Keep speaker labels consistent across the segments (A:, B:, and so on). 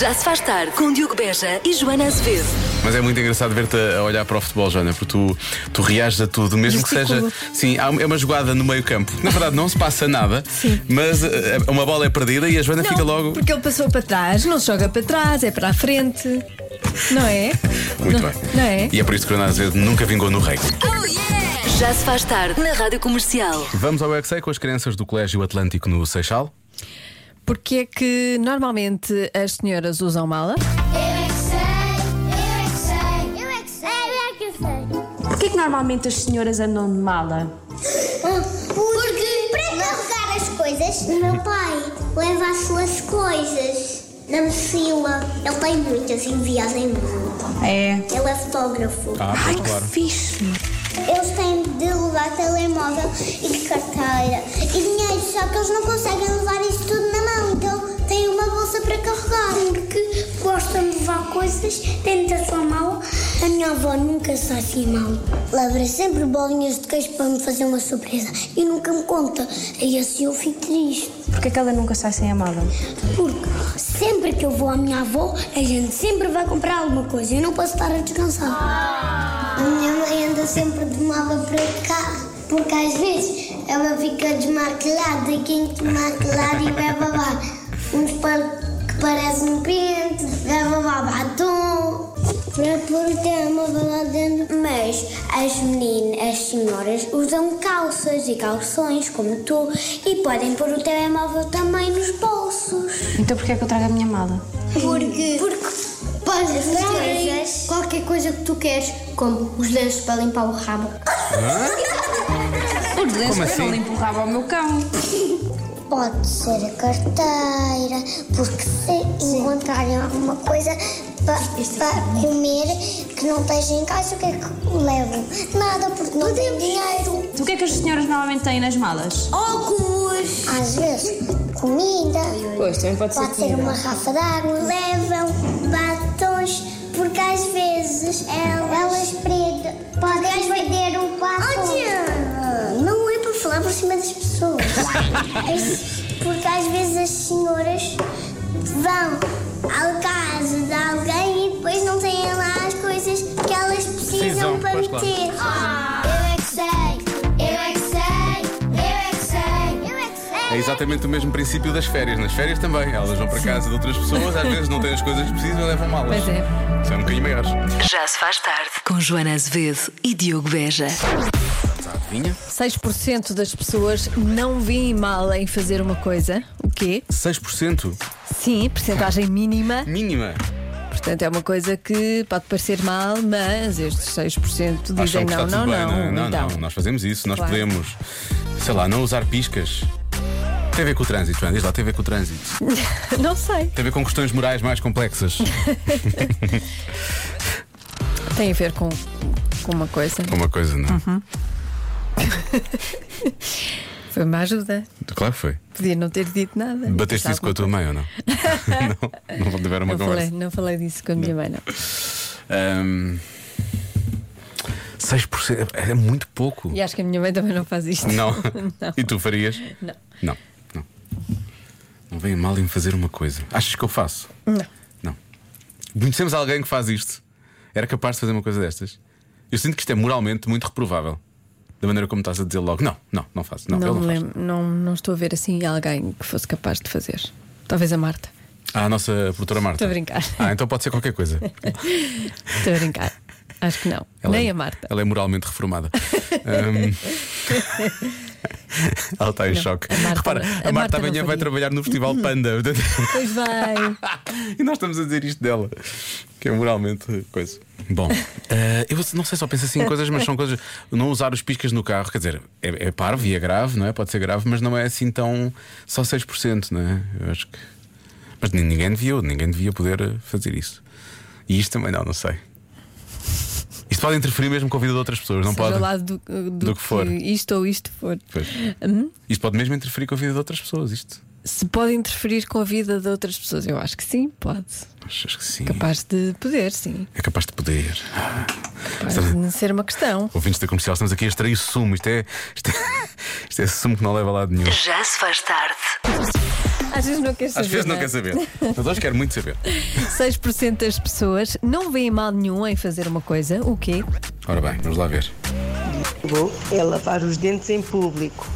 A: Já se faz tarde com Diogo Beja e Joana Azevedo.
B: Mas é muito engraçado ver-te a olhar para o futebol, Joana, porque tu, tu reages a tudo, mesmo que seja.
C: Gesticulo.
B: Sim, há- é uma jogada no meio campo. Na verdade, não se passa nada, mas eh, uma bola é perdida e a Joana
C: Não,
B: fica logo.
C: Porque ele passou para trás, não se joga para trás, é para a frente. Não é?
B: Muito
C: não-
B: bem.
C: não é?
B: E é por isso que o Joana Azevedo nunca vingou no rei.
A: Oh, Já se faz tarde na Rádio Comercial.
B: Vamos ao UXA com as crianças do Colégio Atlântico no Seixal.
C: Porque é que normalmente as senhoras usam mala?
D: Eu é que sei, eu é que sei, eu é que sei, eu é que sei.
E: Porquê que normalmente as senhoras andam de mala?
D: Porque para carregar as coisas, o meu pai leva as suas coisas na mochila. Ele tem muitas em viagem muito.
E: É.
D: Ele é fotógrafo.
B: Ah,
E: Ai,
B: pois, claro.
E: que fixe.
D: Eles têm de levar telemóvel e carteira e dinheiro, só que eles não conseguem levar isso tudo na mão, então têm uma bolsa para carregar. Porque gostam de levar coisas dentro da sua mala. A minha avó nunca sai assim mal. Leva sempre bolinhas de queijo para me fazer uma surpresa e nunca me conta. E assim eu fico triste.
E: Porquê é que ela nunca sai sem a mala?
D: Porque sempre que eu vou à minha avó, a gente sempre vai comprar alguma coisa. Eu não posso estar a descansar. A minha mãe anda sempre de mala para cá, porque às vezes ela fica desmaquilada e quem desmaquilada e vai babar. Uns pa- que parecem um pente, vai babar batom. Para pôr ter uma bala dentro. Mas as meninas, as senhoras, usam calças e calções, como tu, e podem pôr o telemóvel também nos bolsos.
E: Então porquê que eu trago a minha mala?
D: Porque, porque podes fazer qualquer coisa que tu queres, como os lenços para limpar o rabo.
E: Os lenços
B: assim?
E: não empurrava ao meu cão.
D: Pode ser a carteira, porque se encontrarem alguma coisa para comer que não esteja em casa, o que é que levam? Nada, porque não tem dinheiro.
E: O que é que as senhoras normalmente têm nas malas?
D: Óculos! Às vezes, comida.
E: Pois, também pode
D: Pode ser uma garrafa d'água. Levam batons, porque às vezes elas, perdem, podem perder um batom. Não é para falar por cima das pessoas. É porque às vezes as senhoras vão à casa de alguém e depois não têm lá as coisas que elas
B: Precisam,
D: precisam para
B: pois, claro.
D: meter. Eu é que sei, eu é que sei, eu é que sei, eu é que sei.
B: É exatamente o mesmo princípio das férias. Nas férias também. Elas vão para casa de outras pessoas, às vezes não têm as coisas que precisam e levam malas.
C: Pois é.
B: São um bocadinho maiores.
A: Já se faz tarde com Joana Azevedo e Diogo Beja.
B: Adivinha?
C: 6% das pessoas não veem mal em fazer uma coisa. O quê?
B: 6%.
C: Sim, percentagem mínima.
B: Mínima.
C: Portanto, é uma coisa que pode parecer mal, mas estes 6%
B: Acham
C: dizem
B: que
C: não,
B: está
C: não,
B: tudo
C: não.
B: bem, né? não,
C: então.
B: não, Nós fazemos isso, nós
C: Claro.
B: podemos, sei lá, não usar piscas. Tem a ver com o trânsito, Joana, diz lá, tem a ver com o trânsito.
C: não sei.
B: Tem a ver com questões morais mais complexas.
C: Tem a ver com, com uma coisa.
B: Uma coisa, não? é?
C: Uhum. Foi uma ajuda.
B: Claro que foi.
C: Podia não ter dito nada.
B: Bateste isso com a tua mãe ou não? não? Não tiveram uma
C: não
B: conversa.
C: falei, não falei disso com a minha mãe, não.
B: Ahm, 6% é muito pouco.
C: E acho que a minha mãe também não faz isto.
B: Não.
C: Não.
B: E tu farias?
C: Não.
B: Não, não. Não vem mal em fazer uma coisa. Achas que eu faço?
C: Não.
B: Não. Conhecemos alguém que faz isto. Era capaz de fazer uma coisa destas? Eu sinto que isto é moralmente muito reprovável. Da maneira como estás a dizer logo, não, não, não faço. Não,
C: Não,
B: ele
C: me
B: não faz.
C: lembro, não, não estou a ver assim alguém que fosse capaz de fazer. Talvez a Marta.
B: Ah, a nossa produtora Marta.
C: Estou a brincar.
B: Ah, então pode ser qualquer coisa.
C: Estou a brincar. Acho que não.
B: Ela
C: Nem
B: é,
C: a Marta.
B: Ela é moralmente reformada. Ahm. Ela está em
C: Não,
B: choque.
C: a Marta
B: Repara,
C: não- a
B: a, Marta
C: Marta não
B: amanhã vai
C: faria.
B: trabalhar no Festival Panda.
C: Pois vai.
B: e nós estamos a dizer isto dela, que é moralmente coisa. Bom, eh, eu não sei, só penso assim em coisas, mas são coisas. Não usar os piscas no carro, quer dizer, é, é parvo e é grave, não é? Pode ser grave, mas não é assim tão. Só 6%, não é? Eu acho que. Mas nin- ninguém devia, ninguém devia poder eh, fazer isso. E isto também não, não sei. Isto pode interferir mesmo com a vida de outras pessoas, não
C: Seja
B: pode?
C: lá do, do,
B: do que for.
C: Isto ou isto for. Hum?
B: Pois. Isto pode mesmo interferir com a vida de outras pessoas, isto.
C: Se pode interferir com a vida de outras pessoas, eu acho que sim, pode.
B: Acho acho que sim.
C: Capaz de poder, sim.
B: É capaz de poder.
C: Capaz de ser uma questão.
B: Ouvintes da comercial, estamos aqui a extrair sumo. Isto é, isto é, isto é sumo que não leva a lado nenhum.
A: Já se faz tarde
C: Às vezes não quer saber.
B: Às vezes não
C: é?
B: quer saber. Mas hoje quero muito saber.
C: 6% das pessoas não veem mal nenhum em fazer uma coisa. O quê?
B: Ora bem, vamos lá ver.
F: Bom é lavar os dentes em público.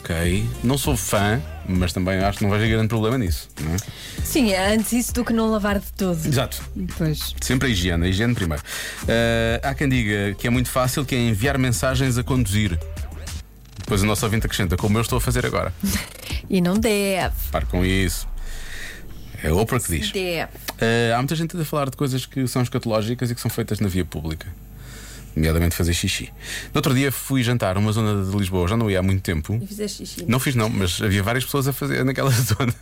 B: Ok. Não sou fã, mas também acho que não vai haver grande problema nisso. não é?
C: Sim, é antes isso do que não lavar de todo.
B: Exato.
C: Pois.
B: Sempre a higiene, a higiene primeiro. Ah, há quem diga que é muito fácil, que é enviar mensagens a conduzir. Depois o nosso ouvinte acrescenta, como eu estou a fazer agora.
C: E não deve.
B: Pare com isso. É a Oprah que diz.
C: Deve.
B: Ah, há muita gente a falar de coisas que são escatológicas e que são feitas na via pública. Nomeadamente fazer xixi. No outro dia fui jantar numa zona de Lisboa, já não ia há muito tempo.
E: E fizeste xixi.
B: Não fiz, não, mas havia várias pessoas a fazer naquela zona.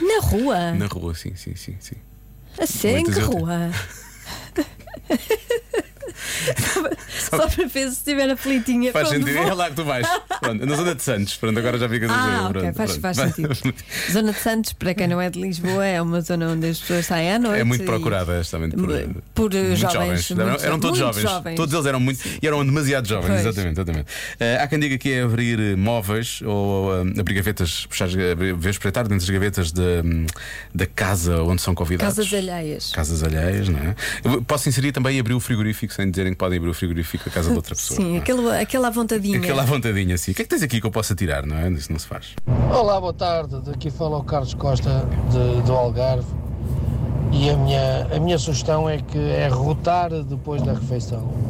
C: Na rua?
B: Na rua, sim, sim, sim. sim.
C: A sério? Em
B: Muitas
C: que
B: eu tenho.
C: rua? Só para- Só para ver se estiver aflitinha.
B: Faz
C: para onde
B: sentido,
C: vou.
B: é lá que tu vais. Pronto, na zona de Santos, pronto, agora já ficas a
C: Ah,
B: dizer.
C: ok,
B: pronto,
C: faz,
B: pronto.
C: faz sentido. Zona de Santos, para quem não é de Lisboa, é uma zona onde as pessoas saem à noite.
B: É muito
C: e-
B: procurada justamente por,
C: Por, por, eh,
B: muito
C: jovens.
B: Eram,
C: muito
B: eram todos
C: muito
B: jovens. Todos eles eram muito e eram demasiado jovens,
C: Pois.
B: exatamente, exatamente. Ah, há quem diga que é abrir eh, móveis ou ah, abrir gavetas, puxar, as ga- abrir, ver espreitar dentro das gavetas da, hum, da casa onde são convidados.
C: Casas alheias.
B: Casas alheias, não é? Eu posso inserir também abrir o frigorífico sem dizerem que podem abrir o frigorífico a casa de outra pessoa.
C: Sim,
B: não é?
C: aquele, aquela à vontadinha.
B: Aquela à vontadinha, assim. O que é que tens aqui que eu possa tirar, não é? Isso não se faz.
G: Olá, boa tarde. Daqui fala o Carlos Costa de, do Algarve. E a minha, a minha sugestão é que é rotar depois da refeição.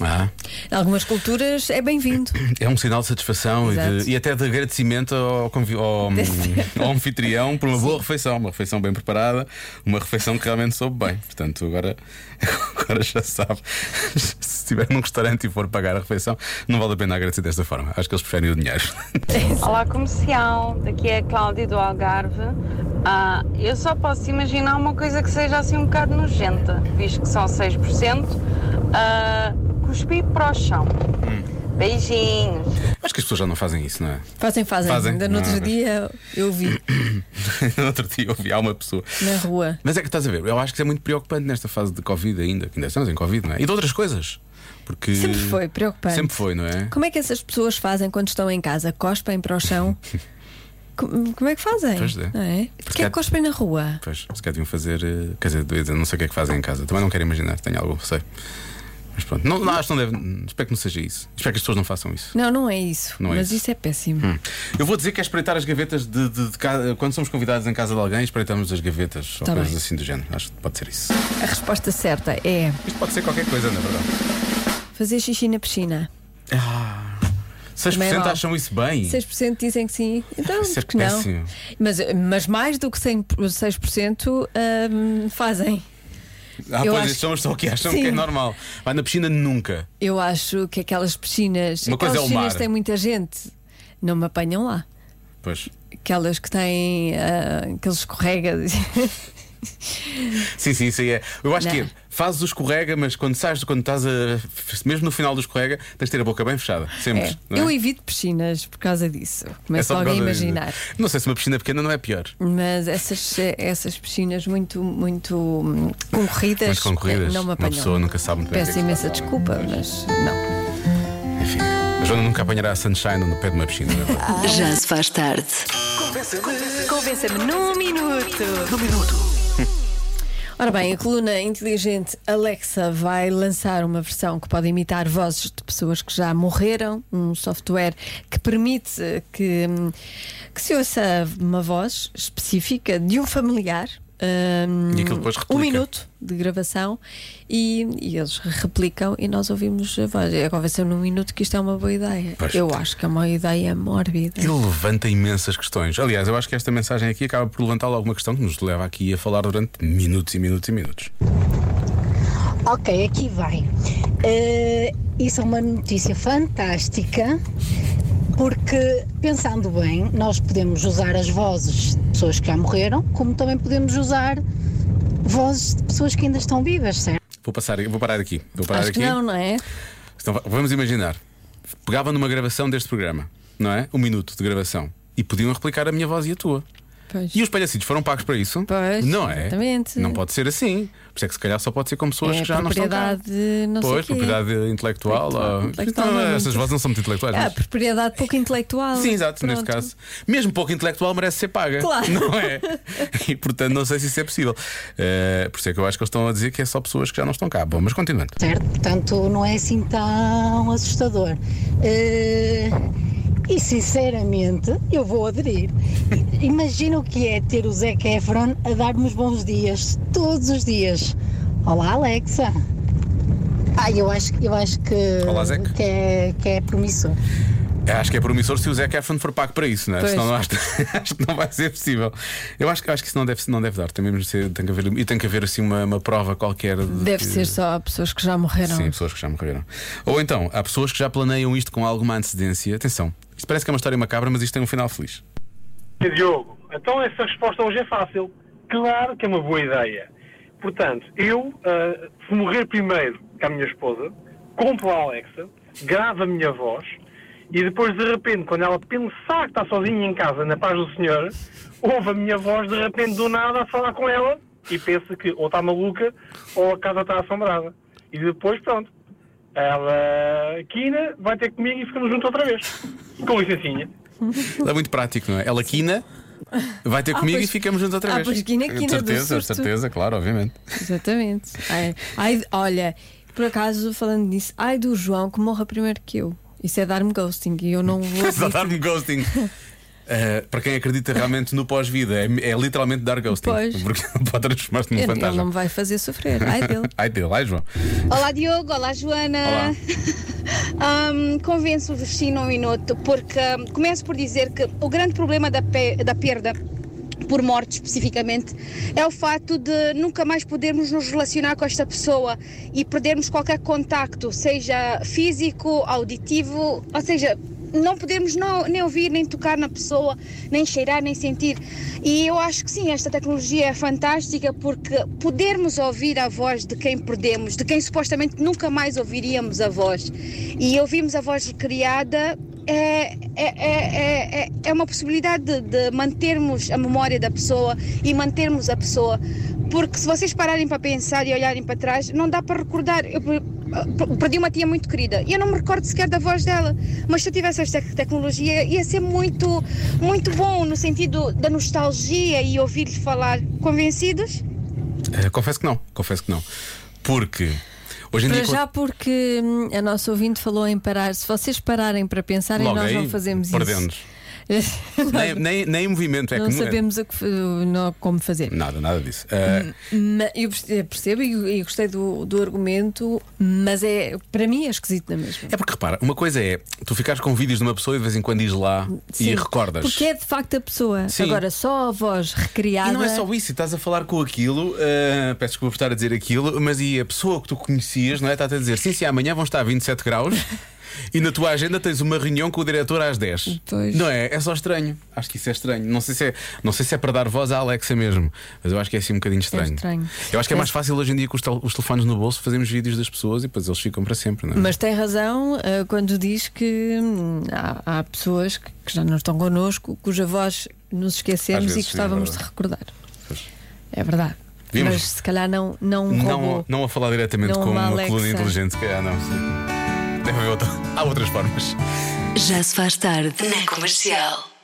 B: Ah,
C: Em algumas culturas é bem-vindo.
B: é um sinal de satisfação e, de-
C: Exato.
B: e até de agradecimento ao, convi- ao, ao anfitrião por uma boa refeição, uma refeição bem preparada, uma refeição que realmente soube bem. Portanto, agora, agora já sabe. Se estiver num restaurante e for pagar a refeição, não vale a pena agradecer desta forma. Acho que eles preferem o dinheiro.
H: Olá comercial, daqui é a Cláudia do Algarve. Ah, eu só posso imaginar uma coisa que seja assim um bocado nojenta, visto que são 6%. Ah, cuspir para o chão. Beijinhos.
B: Acho que as pessoas já não fazem isso, não é?
C: Fazem, fazem.
B: Fazem.
C: Ainda no outro
B: Ah,
C: dia eu vi
B: No outro dia ouvi há uma pessoa.
C: na rua.
B: Mas é que estás a ver, eu acho que isso é muito preocupante nesta fase de Covid ainda, que ainda estamos em Covid, não é? E de outras coisas. Porque
C: Sempre foi preocupante.
B: Sempre foi, não é?
C: Como é que essas pessoas fazem quando estão em casa? Cospem para o chão? Co- Como é que fazem?
B: Pois é.
C: Não é? Porquê é que
B: há-
C: cospem na rua?
B: Pois, se calhar deviam fazer. eh, Quer dizer, eu não sei o que é que fazem em casa. Também não quero imaginar, tenho algum receio. Mas pronto, não, não, acho que não deve. hum, Espero que não seja isso. Espero que as pessoas não façam isso.
C: Não, não é isso.
B: Não é
C: Mas
B: isso.
C: isso. é péssimo.
B: Eu vou dizer que é espreitar as gavetas de, de- de ca- Quando somos convidados em casa de alguém, espreitamos as gavetas ou
C: Tá
B: coisas
C: bem.
B: assim do género. Acho que pode ser isso.
C: A resposta certa é
B: Isto pode ser qualquer coisa, na verdade.
C: fazer xixi na piscina.
B: 6%
C: é mau.
B: acham isso bem.
C: 6% dizem que sim. Então,
B: Isso é
C: por que não?
B: péssimo.
C: Mas, mas mais do que 100, 6% hum, fazem.
B: Ah,
C: eu
B: pois,
C: acho-
B: estes são os só que acham
C: Sim.
B: que é normal. Vai na piscina nunca.
C: Eu acho que aquelas piscinas.
B: Uma coisa
C: aquelas
B: é o
C: piscinas
B: mar.
C: têm muita gente. Não me apanham lá.
B: Pois.
C: Aquelas que têm ah, aqueles escorregas.
B: Sim, sim, isso aí é. Eu acho
C: Não.
B: que é, fazes o escorrega, mas quando sais, quando estás a. Mesmo no final do escorrega, tens de ter a boca bem fechada. Sempre.
C: É.
B: não é?
C: Eu evito piscinas por causa disso.
B: É
C: Começo
B: só por
C: logo a
B: causa disso.
C: imaginar.
B: Não sei se uma piscina pequena não é pior.
C: Mas essas, essas piscinas muito, muito hum, concorridas,
B: Mas concorridas,
C: é, não me
B: uma
C: apanham.
B: pessoa nunca sabe muito bem o que é
C: Peço
B: que
C: imensa desculpa, mas não.
B: Enfim. A Joana nunca apanhará a sunshine no pé de uma piscina. não é?
A: Já se faz tarde.
C: Convença-me num minuto. Num minuto. Ora bem, a coluna inteligente Alexa vai lançar uma versão que pode imitar vozes de pessoas que já morreram, um software que permite eh, que, hum, que se ouça uma voz específica de um familiar. hum,
B: E aquilo depois
C: um
B: replica.
C: minuto de gravação e, e eles replicam e nós ouvimos a voz. É Agora vai ser num minuto que isto é uma boa ideia.
B: Pois.
C: Eu acho que é uma ideia mórbida.
B: E levanta imensas questões. Aliás, eu acho que esta mensagem aqui acaba por levantar alguma questão que nos leva aqui a falar durante minutos e minutos e minutos.
I: Ok, aqui vai. Eh, isso é uma notícia fantástica, porque pensando bem, nós podemos usar as vozes de pessoas que já morreram, como também podemos usar vozes de pessoas que ainda estão vivas, certo?
B: Vou, passar, vou parar aqui. Vou parar
C: Acho
B: aqui.
C: que não, não é?
B: Então, va- vamos imaginar. Pegavam numa gravação deste programa, não é? Um minuto de gravação. E podiam replicar a minha voz e a tua. E os palhacitos foram pagos para isso?
C: Pois,
B: não é?
C: exatamente.
B: Não pode ser assim. Por isso é que se calhar só pode ser com pessoas
C: É
B: que já não estão cá.
C: propriedade, não sei
B: pois,
C: quê.
B: propriedade intelectual. ou-
C: intelectual,
B: Não,
C: não é
B: essas
C: muito.
B: vozes não são muito intelectuais.
C: É, a
B: mas-
C: propriedade pouco intelectual.
B: Sim, exato, neste
C: Pronto.
B: caso. Mesmo pouco intelectual merece ser paga.
C: Claro.
B: Não é? E portanto não sei se isso é possível. Eh, por isso é que eu acho que eles estão a dizer que é só pessoas que já não estão cá. Bom, mas continuando.
I: certo? Portanto, não é assim tão assustador. Eh, e sinceramente, eu vou aderir. Imagina o que é ter o Zac Efron a dar-me os bons dias, todos os dias. Olá, Alexa. Ah, eu acho, eu acho que,
B: Olá, Zac.
I: que, é, que é promissor.
B: Eu acho que é promissor se o Zac Efron for pago para isso, não é?
C: Pois.
B: Senão não acho, acho que não vai ser possível. Eu acho, que- acho que isso não deve, não deve dar. Tem, mesmo de ser- tem que haver, e tem que haver assim uma, uma prova qualquer. de
C: Deve
B: que-
C: ser só pessoas que já morreram.
B: Sim, pessoas que já morreram. Ou então, há pessoas que já planeiam isto com alguma antecedência. Atenção, isto parece que é uma história macabra, mas isto tem um final feliz.
J: E Diogo, então essa resposta hoje é fácil. Claro que é uma boa ideia. Portanto, eu, ah, se morrer primeiro que a minha esposa, compro a Alexa, gravo a minha voz e depois, de repente, quando ela pensar que está sozinha em casa, na paz do Senhor, ouve a minha voz, de repente, do nada, a falar com ela e pensa que ou está maluca ou a casa está assombrada. E depois, pronto, ela, Kina, vai ter comigo e ficamos juntos outra vez. Com licencinha.
B: É muito prático, não é? Ela quina, vai ter
C: Ah,
B: comigo
C: pois-
B: e ficamos juntos outra
C: Ah,
B: vez.
C: pois quina, quina do
B: certeza,
C: susto.
B: certeza, claro, obviamente.
C: Exatamente. Ai, ai, olha, por acaso, falando nisso, ai do João que morra primeiro que eu. Isso é dar-me ghosting e eu não vou.
B: Só dar-me um ghosting. Uh, para quem acredita realmente no pós-vida, é, é literalmente dar ghosting.
C: Pois.
B: Porque pode transformar-se num
C: Ele ele
B: fantasma.
C: não me vai fazer sofrer. Ai dele.
B: Ai dele, ai João.
K: Olá Diogo, olá Joana. Hum, Convenço-vos sim num minuto, porque hum, começo por dizer que o grande problema da, pe- da perda por morte especificamente é o fato de nunca mais podermos nos relacionar com esta pessoa e perdermos qualquer contacto, seja físico, auditivo, ou seja, não podemos não- nem ouvir, nem tocar na pessoa, nem cheirar, nem sentir. E eu acho que sim, esta tecnologia é fantástica porque podermos ouvir a voz de quem perdemos, de quem supostamente nunca mais ouviríamos a voz, e ouvirmos a voz recriada é, é, é, é, é uma possibilidade de, de mantermos a memória da pessoa e mantermos a pessoa. Porque se vocês pararem para pensar e olharem para trás, não dá para recordar. Eu per- per- Ah, perdi uma tia muito querida e eu não me recordo sequer da voz dela. Mas se eu tivesse esta tecnologia, ia ser muito, muito bom no sentido da nostalgia e ouvir-lhe falar. Convencidos?
B: Uh, confesso que não, confesso que não. Porque hoje em
C: Para
B: dia.
C: já, porque hum, a nossa ouvinte falou em parar. Se vocês pararem para pensarem,
B: Logo
C: nós
B: aí,
C: não fazemos
B: perdemos.
C: isso.
B: Nem, nem, nem em movimento, é
C: não
B: que
C: sabemos Hum. o que, fa- não, como fazer.
B: Nada, nada disso. Uh,
C: Ma- Eu perce- eh, percebo e e gostei do, do argumento, mas é para mim é esquisito na mesma.
B: é porque repara, uma coisa é tu ficares com vídeos de uma pessoa e de vez em quando ires lá
C: Sim,
B: e recordas.
C: Porque é de facto a pessoa.
B: Sim.
C: Agora, só a voz recriada.
B: E não é só isso, estás a falar com aquilo, ah, peço desculpa por estar a dizer aquilo, mas e a pessoa que tu conhecias, não é? Está-te a dizer, sim, sim, amanhã vão estar a 27 graus e na tua agenda tens uma reunião com o diretor às 10.
C: Pois.
B: Não é? É só estranho. Acho que isso é estranho. Não sei, se é, não sei se é para dar voz à Alexa mesmo, mas eu acho que é assim um bocadinho estranho.
C: estranho.
B: Eu acho que é
C: É.
B: mais fácil hoje em dia com os, tel- os telefones no bolso fazermos vídeos das pessoas e depois eles ficam para sempre, não é?
C: Mas tem razão ah, quando diz que hum, há, há pessoas que, que já não estão connosco, cuja voz nos
B: Às
C: esquecemos
B: vezes,
C: e
B: sim, é
C: gostávamos de
B: verdade.
C: recordar. É verdade.
B: Vimos?
C: Mas se calhar não, não,
B: Não,
C: roubou.
B: não a falar diretamente
C: um Não
B: com
C: uma
B: uma
C: Alexa.
B: coluna inteligente, se calhar não. Deve haver outra. Há outras formas.
A: Já se faz tarde na comercial.